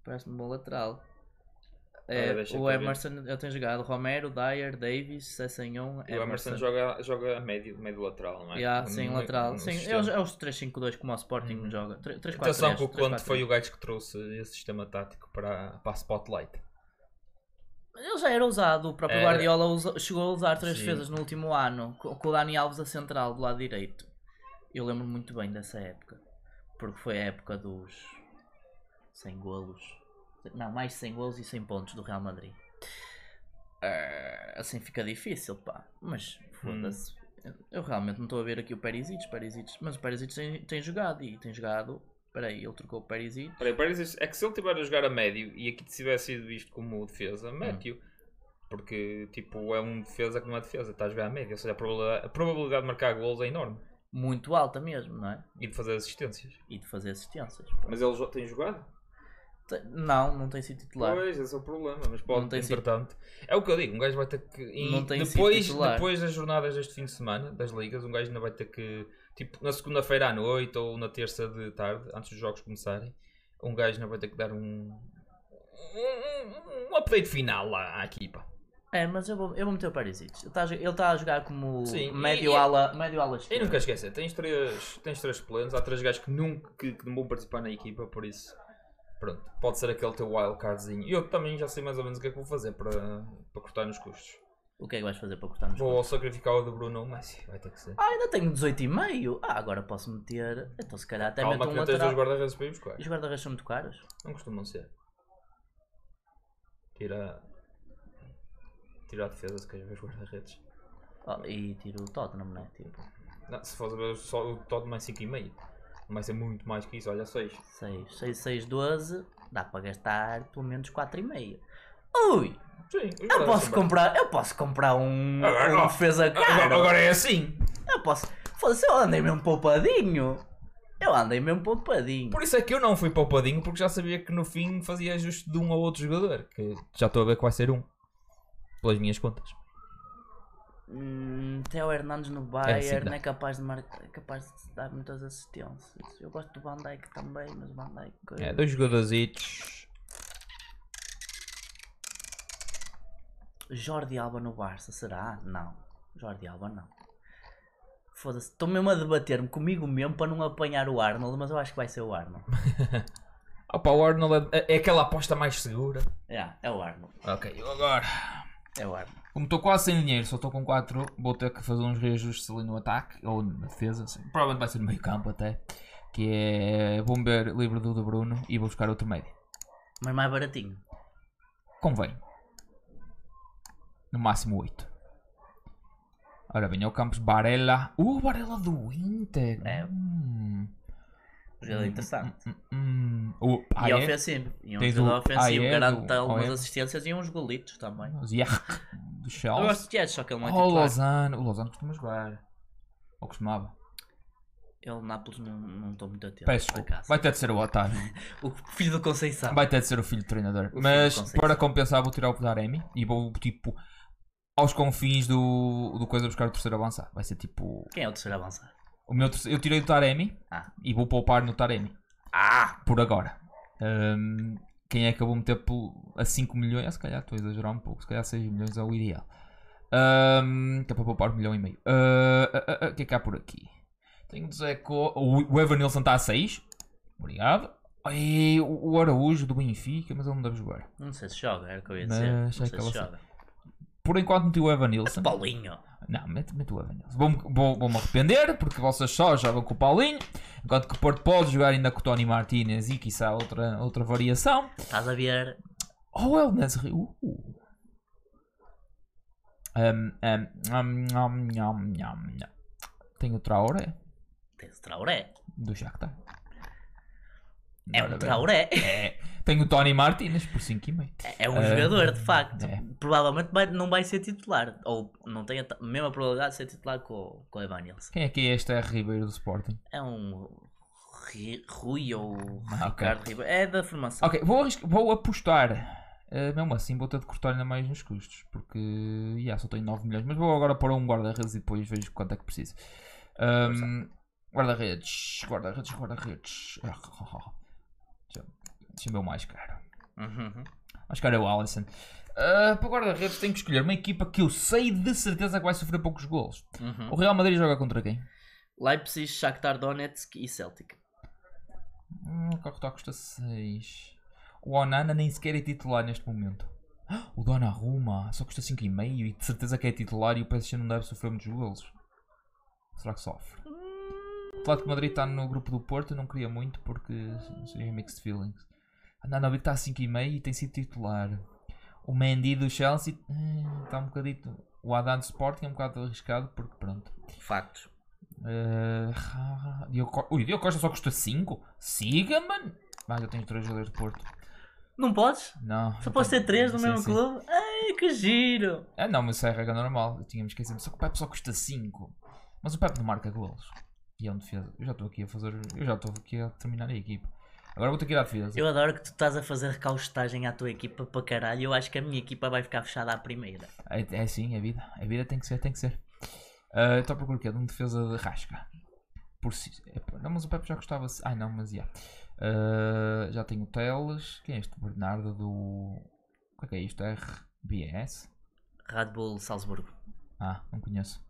Parece-me um bom lateral. Ora, É, deixa o cá ver. Emerson eu tenho jogado. Romero, Dyer, Davis, Sessenhon, E o Emerson joga, joga a médio, médio lateral, não é? É Yeah, No- sim, no- lateral. no Sim, sistema. é os, é os 3-5-2 como o Sporting Uhum. joga. 3, 3, 4, Atenção que o Conte foi o gajo que trouxe esse sistema tático para, para a Spotlight. Ele já era usado, o próprio Era. Guardiola usa- chegou a usar três Sim. defesas no último ano, co- com o Dani Alves a central do lado direito. Eu lembro muito bem dessa época, porque foi a época dos 100 golos. Não, mais 100 golos e 100 pontos do Real Madrid. Ah, assim fica difícil, pá. Mas foda-se. Eu realmente não estou a ver aqui o Perisic, Perisic. Mas o Perisic tem, tem jogado e tem jogado. Peraí, ele trocou o Perisic. Peraí, parece isto- é que se ele tiver a jogar a médio e aqui tivesse sido visto como defesa, mete-o. Porque, tipo, é um defesa que não é defesa, está a jogar a médio. Ou seja, a probabilidade, a probabilidade de marcar golos é enorme Muito alta mesmo, não é? e de fazer assistências. E de fazer assistências. Mas ele já tem jogado? Te- Não, não tem sido titular. Pois, esse é o problema. Mas Não pode, tem sido. entretanto. É o que eu digo, um gajo vai ter que. e Não tem sido depois, titular. depois das jornadas deste fim de semana, das ligas, um gajo ainda vai ter que. Tipo, na segunda-feira à noite ou na terça de tarde, antes dos jogos começarem, um gajo ainda vai ter que dar um. Um, um, um update final lá à equipa. É, mas eu vou, eu vou meter o Perisic. Ele está a, tá a jogar como Sim, médio, e- ala, médio ala E esquerda. nunca esquecer, tens três, tens três planos, há três gajos que, nunca, que, que não vão participar na equipa, por isso. Pronto, pode ser aquele teu wildcardzinho. Eu também já sei mais ou menos o que é que vou fazer para, para cortar nos custos. O que é que vais fazer para cortar nos Vou sacrificar o do Bruno Messi, vai ter que ser. Ah, ainda tenho 18,5. Ah, agora posso meter. Então se calhar até Calma meto que um ainda tens dois lateral. guarda-redes para ir buscar. E Os guarda-redes são muito caros. Não costumam ser. Tira... Tira a defesa se queres ver os guarda-redes. Oh, e tiro o Tottenham, não é? Tipo, Não, se fores a ver só o todo mais 5,5. Não vai ser muito mais que isso, olha 6. 6, 6, 6, 12. Dá para gastar pelo menos 4,5. Ui! Sim, os Eu guarda-redes posso Então, são bons. comprar, eu posso comprar um, Agora- um defesa Agora, caro. agora é assim! Eu posso. Foda-se, eu andei mesmo poupadinho. Eu andei mesmo poupadinho. Por isso é que eu não fui para o Padinho, porque já sabia que no fim fazia ajuste de um ou outro jogador. Que já estou a ver que vai ser um. Pelas minhas contas. Hum, Theo Hernandes É no assim que Bayern dá. não é capaz de, marcar, é capaz de dar muitas assistências. Eu gosto do Van Dijk também, mas o Van Dijk... É, dois jogadorzitos. Jordi Alba no Barça, será? Não. Jordi Alba não. Foda-se, estou mesmo a debater-me comigo mesmo para não apanhar o Arnold, mas eu acho que vai ser o Arnold. Opa, o Arnold é, é aquela aposta mais segura. É, é o Arnold. Ok, eu agora. É o Arnold. Como estou quase sem dinheiro, só estou com 4, vou ter que fazer uns reajustes ali no ataque ou na defesa. Assim. Provavelmente vai ser no meio campo até. Que é bomber livre do, do Bruno e vou buscar outro médio. Mas mais baratinho. Convém. No máximo 8. Ora bem, é o Campos Barella. Uh, Barella do Inter! É. Hum, Um jogador interessante. hum, hum. O- ah, e é? ofensivo. E um Tens jogador o- ofensivo ah, é? garante Do- algumas oh, é? assistências e uns golitos também. O Ziyech do Eu Chelsea. gosto de Jets, só que ele não é Oh, o titular. Lozano. O Lozano costuma jogar. Ou costumava. Ele Nápoles não- não estou muito atento. Peço por desculpa. acaso. Vai ter de ser o Otávio. O filho do Conceição. Vai ter de ser o filho do treinador. filho do Mas Conceição. para compensar, vou tirar o Daremi e vou tipo aos confins do, do coisa buscar o terceiro avançado. Vai ser tipo. Quem é o terceiro avançado? O meu terceiro- eu tirei o Taremi Ah. e vou poupar no Taremi. Ah! Por agora. Ahm, quem é que eu vou meter por- a 5 milhões? Ah, se calhar estou a exagerar um pouco. Se calhar 6 milhões é o ideal. Ahm, que é para poupar um milhão e meio. Ah, ah, ah, ah, O que é que há por aqui? Tenho de Zeco. O o Evanilson está a 6. Obrigado. E o o Araújo do Benfica, mas ele não deve jogar. Não sei se joga, era o que eu ia Mas dizer. Não sei aquela se joga. Por enquanto meti o Evanilson. É Paulinho. Não, mete, mete o Evanilson. Vou-me vou, vou-me arrepender, porque vocês só jogam com o Paulinho. Enquanto que o Porto pode jogar ainda com o Tony Martínez e, quiçá, outra, outra variação. Estás a ver? Oh, El Nesri. Uh. Um, um, um, um, um, um, um. Tem o Traoré, Tens o Traoré. do Shakhtar. É Ora bem. um Traoré. É. Tem o Tony Martínez, por 5,5. É um É. jogador, de facto. É. Provavelmente vai- não vai ser titular. Ou não tem a ta- mesma probabilidade de ser titular com, o- com o Evanilson. Quem é que é este é Ribeiro do Sporting? É um Ri- Rui ou Ah, ok. Ricardo Ribeiro. É da formação. Ok, vou, arriscar- vou apostar. Eh, mesmo assim, vou ter de cortar ainda mais nos custos. Porque yeah, só tenho 9 milhões. Mas vou agora pôr um guarda-redes e depois vejo quanto é que preciso. Ahm, guarda-redes, guarda-redes, guarda-redes. Ah, ah, ah, ah. Deixa- Deixa-me ver o mais caro. Uhum. Mais caro é o Alisson. Ah, para guarda-redes, tenho que escolher uma equipa que eu sei de certeza que vai sofrer poucos golos. Uhum. O Real Madrid joga contra quem? Leipzig, Shakhtar Donetsk e Celtic. Hum, o carro está custa 6. O Onana nem sequer é titular neste momento. Ah, O Donnarumma só custa 5,5 e de certeza que é titular e o PSG não deve sofrer muitos golos. Será que sofre? O Atlético de Madrid está no grupo do Porto, não queria muito porque seria mixed feelings. Ah, A Nanovic está tá a 5,5 e tem sido titular. O Mendy do Chelsea hum, está um bocadito. O Adam do Sporting é um bocado arriscado porque pronto. Factos. Eh, ah, Diogo Co- Ui, Diogo Costa só custa 5? Siga, mano! Mas eu tenho 3 jogadores de Porto. Não podes? Não. Só eu posso ter tenho- 3 do sim, mesmo sim. clube? Ai, que giro! Ah, não, mas isso é regra normal. Eu tinha-me esquecido. Só que o Pepe só custa 5. Mas o Pepe não marca golos. E é um defesa. Eu já estou aqui a fazer. Eu já estou aqui a terminar a equipa. Agora vou ter que ir à defesa. Eu adoro que tu estás a fazer recaustagem à tua equipa para caralho. Eu acho que a minha equipa vai ficar fechada à primeira. É, é assim, é vida. A vida tem que ser, tem que ser. Ah, Estou a procurar o quê? De um defesa de rasca. Por si. epá, Não, mas o Pepe já gostava. Ai não, mas já. Ah, já tenho o Teles. Quem é este? Bernardo do. Qual é que é isto? RBS? Red Bull Salzburgo. Ah, não conheço.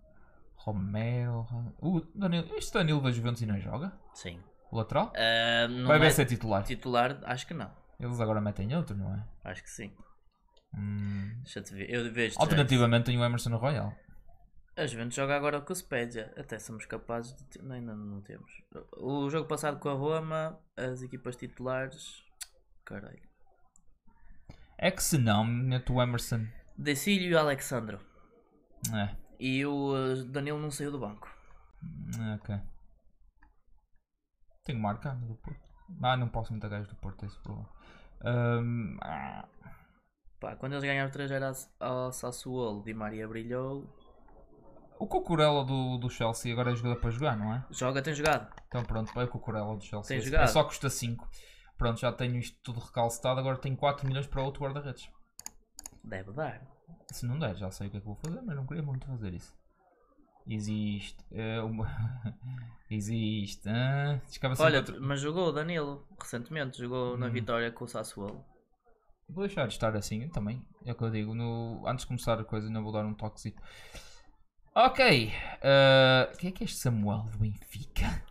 Romero. O Danilo. Este Danilo da Juventus ainda joga? Sim. O lateral? Ah, não Vai ver é se é titular. titular, acho que não. Eles agora metem outro, não é? Acho que sim. Hum. Deixa-te ver. Eu vejo. Alternativamente tenho o Emerson Royal. A Juventus joga agora com o Spezia. Até somos capazes de. ter- Não, ainda não temos. O jogo passado com a Roma, as equipas titulares. Caralho. É que se não, meto o Emerson. Decílio e o Alexandro. É. E o ah, Danilo não saiu do banco. Ah, Ok. Tenho marca no do Porto. Ah, não posso meter gajos do Porto, é esse o problema. Ahm, ah, Pá, quando eles ganharam 3 era ao Sassuolo, Di Maria brilhou. O Cucurella do, do Chelsea agora é jogador para jogar, não é? Joga, tem jogado. Então pronto, é o Cucurella do Chelsea. Tem É- jogado. é só custa 5. Pronto, já tenho isto tudo recalcitado, agora tenho 4 milhões para outro guarda-redes. Deve dar. Se não der, já sei o que é que vou fazer, mas não queria muito fazer isso. Existe. é, uma... Existe. Ah, escava Olha, sempre outro- mas jogou o Danilo recentemente, jogou Hum. na vitória com o Sassuolo. Vou deixar de estar assim eu também. É o que eu digo. No... Antes de começar a coisa, ainda vou dar um toquezito. Ok. ah, Quem é que é este Samuel do Benfica?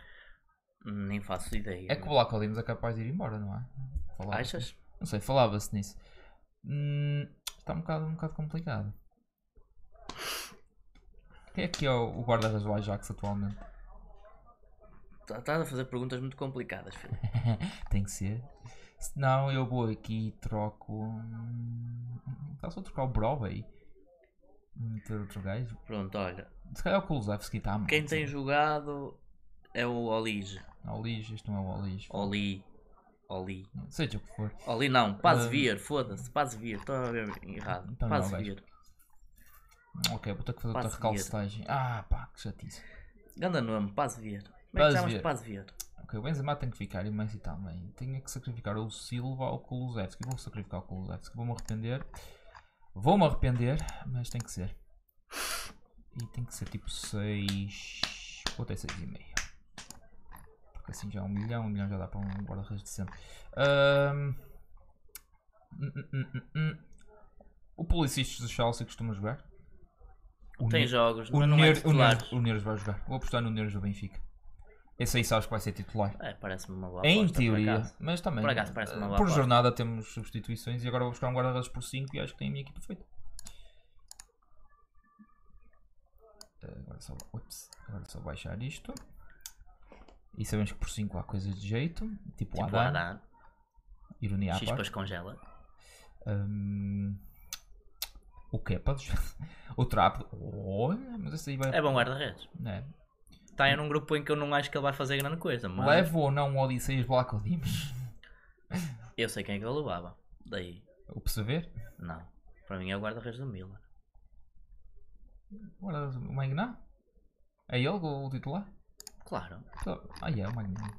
Nem faço ideia. É que o Black Olimos é capaz de ir embora, não é? Falava- Achas? Não sei, falava-se nisso. Hum, está um bocado, um bocado complicado. Quem é que é o o guarda-redes do Ajax atualmente? Tá- Estás a fazer perguntas muito complicadas, filho. Tem que ser. Senão eu vou aqui e troco. hum, Está-se a trocar o Brova aí. Meter outro gajo. Pronto, olha. Se calhar é o Kulusevski está a mão. Quem tem jogado é o Olige. Olige, este não é o Olige. Oli. Oli. Seja o que for. Oli não, Paz Ah. Vier, foda-se, Paz Vier, estou a ver errado. Então não, Paz gajo. Vier. Ok, vou ter que fazer outra Passe recalcitagem. Ah pá, que chatice. Ganda nome, Paz Vier. Como é que Paz chamas Vier. Paz Vier? Ok, o Benzema tem que ficar e o Messi também. Tenho que sacrificar o Silva ao Kulusevski. Vou sacrificar o Kulusevski. Vou-me arrepender. Vou-me arrepender, mas tem que ser. E tem que ser tipo 6. Vou até 6,5. Porque assim já é um milhão. Um milhão já dá para um guarda-redes decente. Ahm. Hum, hum, hum, hum, hum. O Policistas do Chelsea costuma jogar? O Tem Ne- jogos, o mas não é Neres- o titular. Neres- o Neres vai jogar. Vou apostar no Neres do Benfica. Esse aí sabes que vai ser titular. É, parece-me uma boa Em aposta, por teoria, acaso. mas também Por acaso parece uma eh, boa por aposta. jornada temos substituições e agora vou buscar um guarda-redes por 5 e acho que tem a minha equipa feita. Eh, Agora só, ups, agora só baixar isto. E sabemos que por 5 há coisas de jeito, tipo, Tipo, o Adam, Adam, ironia à parte. Chispas congela. Hum, o Kepa, o Trapo, olha, mas esse aí vai. É bom guarda-redes. né? Está em um grupo em que eu não acho que ele vai fazer grande coisa, mas Levo ou não é? o Odisseias Black Odimos? eu sei quem é que ele levava. Daí, O perceber? não. Para mim é o guarda-redes do Milan. Agora o Magná? É ele o o titular? Claro. Tá- Ah, é, o Magná.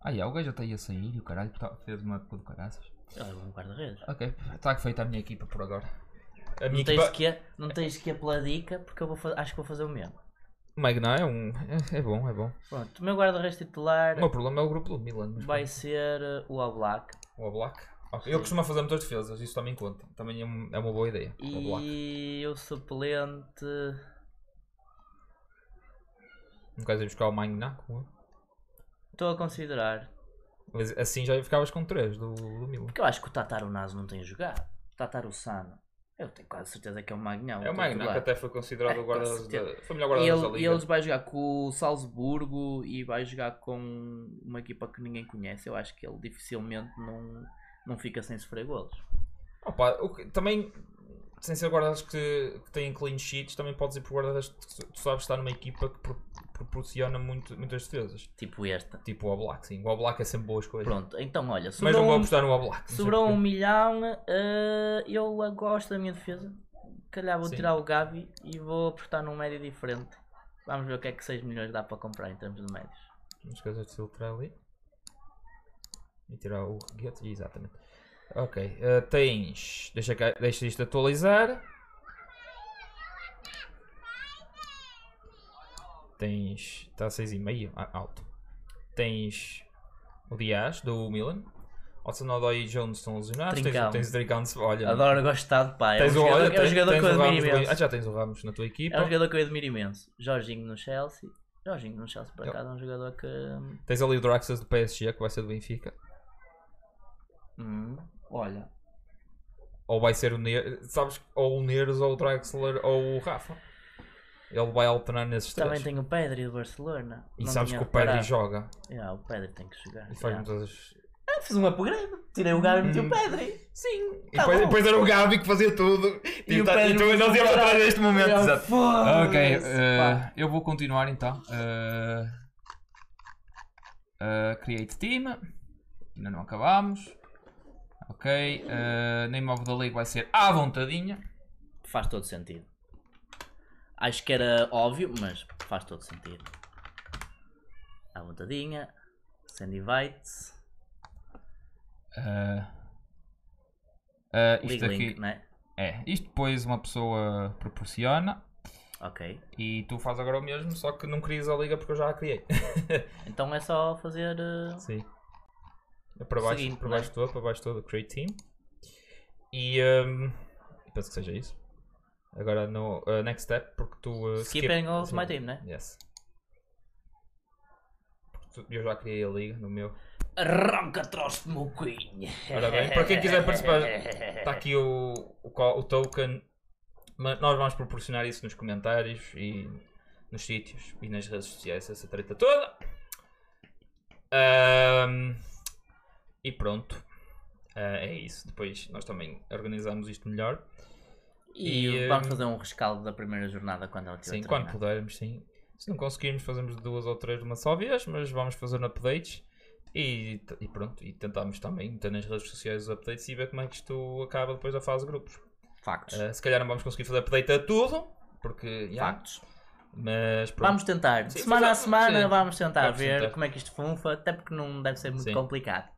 Ah, é, o gajo até ia sair e o caralho tá- fez uma época do caraças. Ele é bom guarda-redes. Ok, está feita a minha equipa por agora. A Não tens, que ir, não tens que ir pela dica porque eu vou fa- acho que vou fazer o mesmo. Magná é um. É, é bom, é bom. Pronto, o meu guarda-redes titular O meu problema é o grupo do Milan. mas vai ser uh, o Oblak pronto. O Oblak. Ok, Ele costuma fazer muitas defesas, isso também conta. Também é, um- é uma boa ideia. O Oblak. e o suplente. Não queres ir Um buscar o Magná como eu? Estou a considerar. Mas assim já ficavas com 3 do, do Milan. Porque eu acho que o Tataru Naso não tem jogado. O Tataru Sano. Eu tenho quase certeza que é o Magnão. É o Magná titular. que até foi considerado É, o guarda com certeza. da, foi o melhor E, guarda-redes da ele, e liga. eles vai jogar com o Salzburgo e vai jogar com uma equipa que ninguém conhece. Eu acho que ele dificilmente não, não fica sem sofrer golos. Opa, o que- também, sem ser guardas que, que têm clean sheets, também podes ir por guardas que tu- tu sabes estar numa equipa que pro- proporciona muito- muitas defesas. Tipo esta. Tipo o Oblak, sim. O Oblak é sempre boas coisas. Pronto, então olha, Mas não sobrou, vou um, apostar no Oblak. não sei sobrou um porquê. milhão. eh, eu a- gosto da minha defesa. Calhar vou Sim. tirar o Gavi e vou apostar num médio diferente. Vamos ver o que é que 6 milhões dá para comprar em termos de médios. Não esqueças de filtrar ali. E tirar o gueto. Exatamente. Ok. eh, tens. Deixa, cá- deixa isto atualizar. Tens. Está a 6,5. ah, Alto. Tens. O Dias do Milan. Odson Odoi e Jones estão lesionados. Trincão. Tens, tens o Trincão. de- Olha. Adoro gostar de pá. É um Tens o, olha, jogador, é um tens- jogador tens que o eu admiro Ramos do- imenso. Ah, já tens o Ramos na tua equipa. É um jogador que eu admiro imenso. Jorginho no Chelsea. Jorginho no Chelsea, por Ele- acaso, é um jogador que. Tens ali o Draxas do PSG que vai ser do Benfica. Hum, olha. Ou vai ser o Neres, sabes, ou o Neres, ou o Draxler, ou o Rafa. Ele vai alternar nesses Também três. tem o Pedri do Barcelona. E Não sabes tinha que o Pedri reparado. joga Yeah, o Pedri tem que jogar. e faz yeah. muitas as... Ah, fiz um upgrade. Tirei o Gavi e meti Hum. o Pedri. Sim, e Tá depois, bom. depois era o Gabi que fazia tudo. E E, o tá, e Pedro tu- nós fazia íamos tudo. atrás deste momento. Ah, exato. foda-se, Ok, pá. eh, eu vou continuar então. Eh, eh, create Team. Ainda não acabámos. Ok, eh, name of the league vai ser à vontadinha. Faz todo sentido. Acho que era óbvio, mas faz todo sentido. À vontadinha. Sandy Bites. Ah, League Eh, isto aqui. Link, né? É, isto depois uma pessoa proporciona Ok. e tu fazes agora o mesmo, só que não crias a liga porque eu já a criei. Então é só fazer. uh, Sim. É para baixo, Seguinte, para né? baixo todo, para baixo todo, create team. E hum, penso que seja isso. Agora no uh, next step, porque tu. Uh, skip- Skipping all of sim. my team, né? Yes. Porque tu- Eu já criei a liga no meu. Arranca troço de moquinha. Ora bem, para quem quiser participar, está Tá aqui o, o, co- o token. Mas nós vamos proporcionar isso nos comentários e nos sítios e nas redes sociais, essa treta toda. Ahm, e pronto. Ah, é isso. Depois nós também organizamos isto melhor. E, E, vamos um, fazer um rescaldo da primeira jornada quando ela tiver Sim, terminado. quando pudermos, sim. Se não conseguirmos, fazemos duas ou três de uma só vez, mas vamos fazendo updates e, e pronto. E tentamos também meter nas redes sociais os updates e ver como é que isto acaba depois da fase de grupos. Factos. Uh, se calhar não vamos conseguir fazer update a tudo, porque. já, Factos. mas pronto. Vamos tentar. De Sim, semana a sim, semana sim. vamos tentar Vamos ver tentar. como é que isto funfa, até porque não deve ser muito Sim. complicado.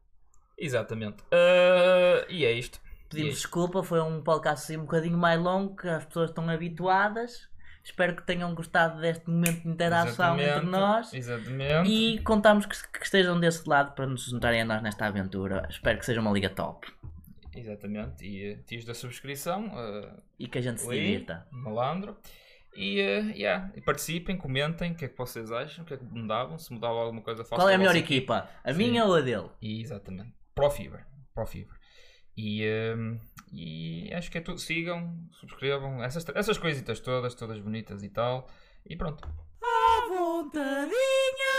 Exatamente. Uh, e é isto. Pedimos E- desculpa, foi um podcast assim um bocadinho mais longo, que as pessoas estão habituadas. Espero que tenham gostado deste momento de interação É entre Exatamente, nós. Exatamente. E contamos que, que estejam desse lado para nos juntarem a nós nesta aventura. Espero que seja uma liga top Exatamente. E uh, tios da subscrição, uh, e que a gente se Oi. divirta. malandro. E, uh, yeah, e participem, comentem o que é que vocês acham, o que é que mudavam, se mudava alguma coisa façam Qual é a a melhor vossa equipa? A assim? Sim. minha ou a dele? E, exatamente. Profibra. Profibra. E, hum, e acho que é tudo. Sigam, subscrevam, essas, essas coisitas todas, todas bonitas e tal. E pronto. vontadinha.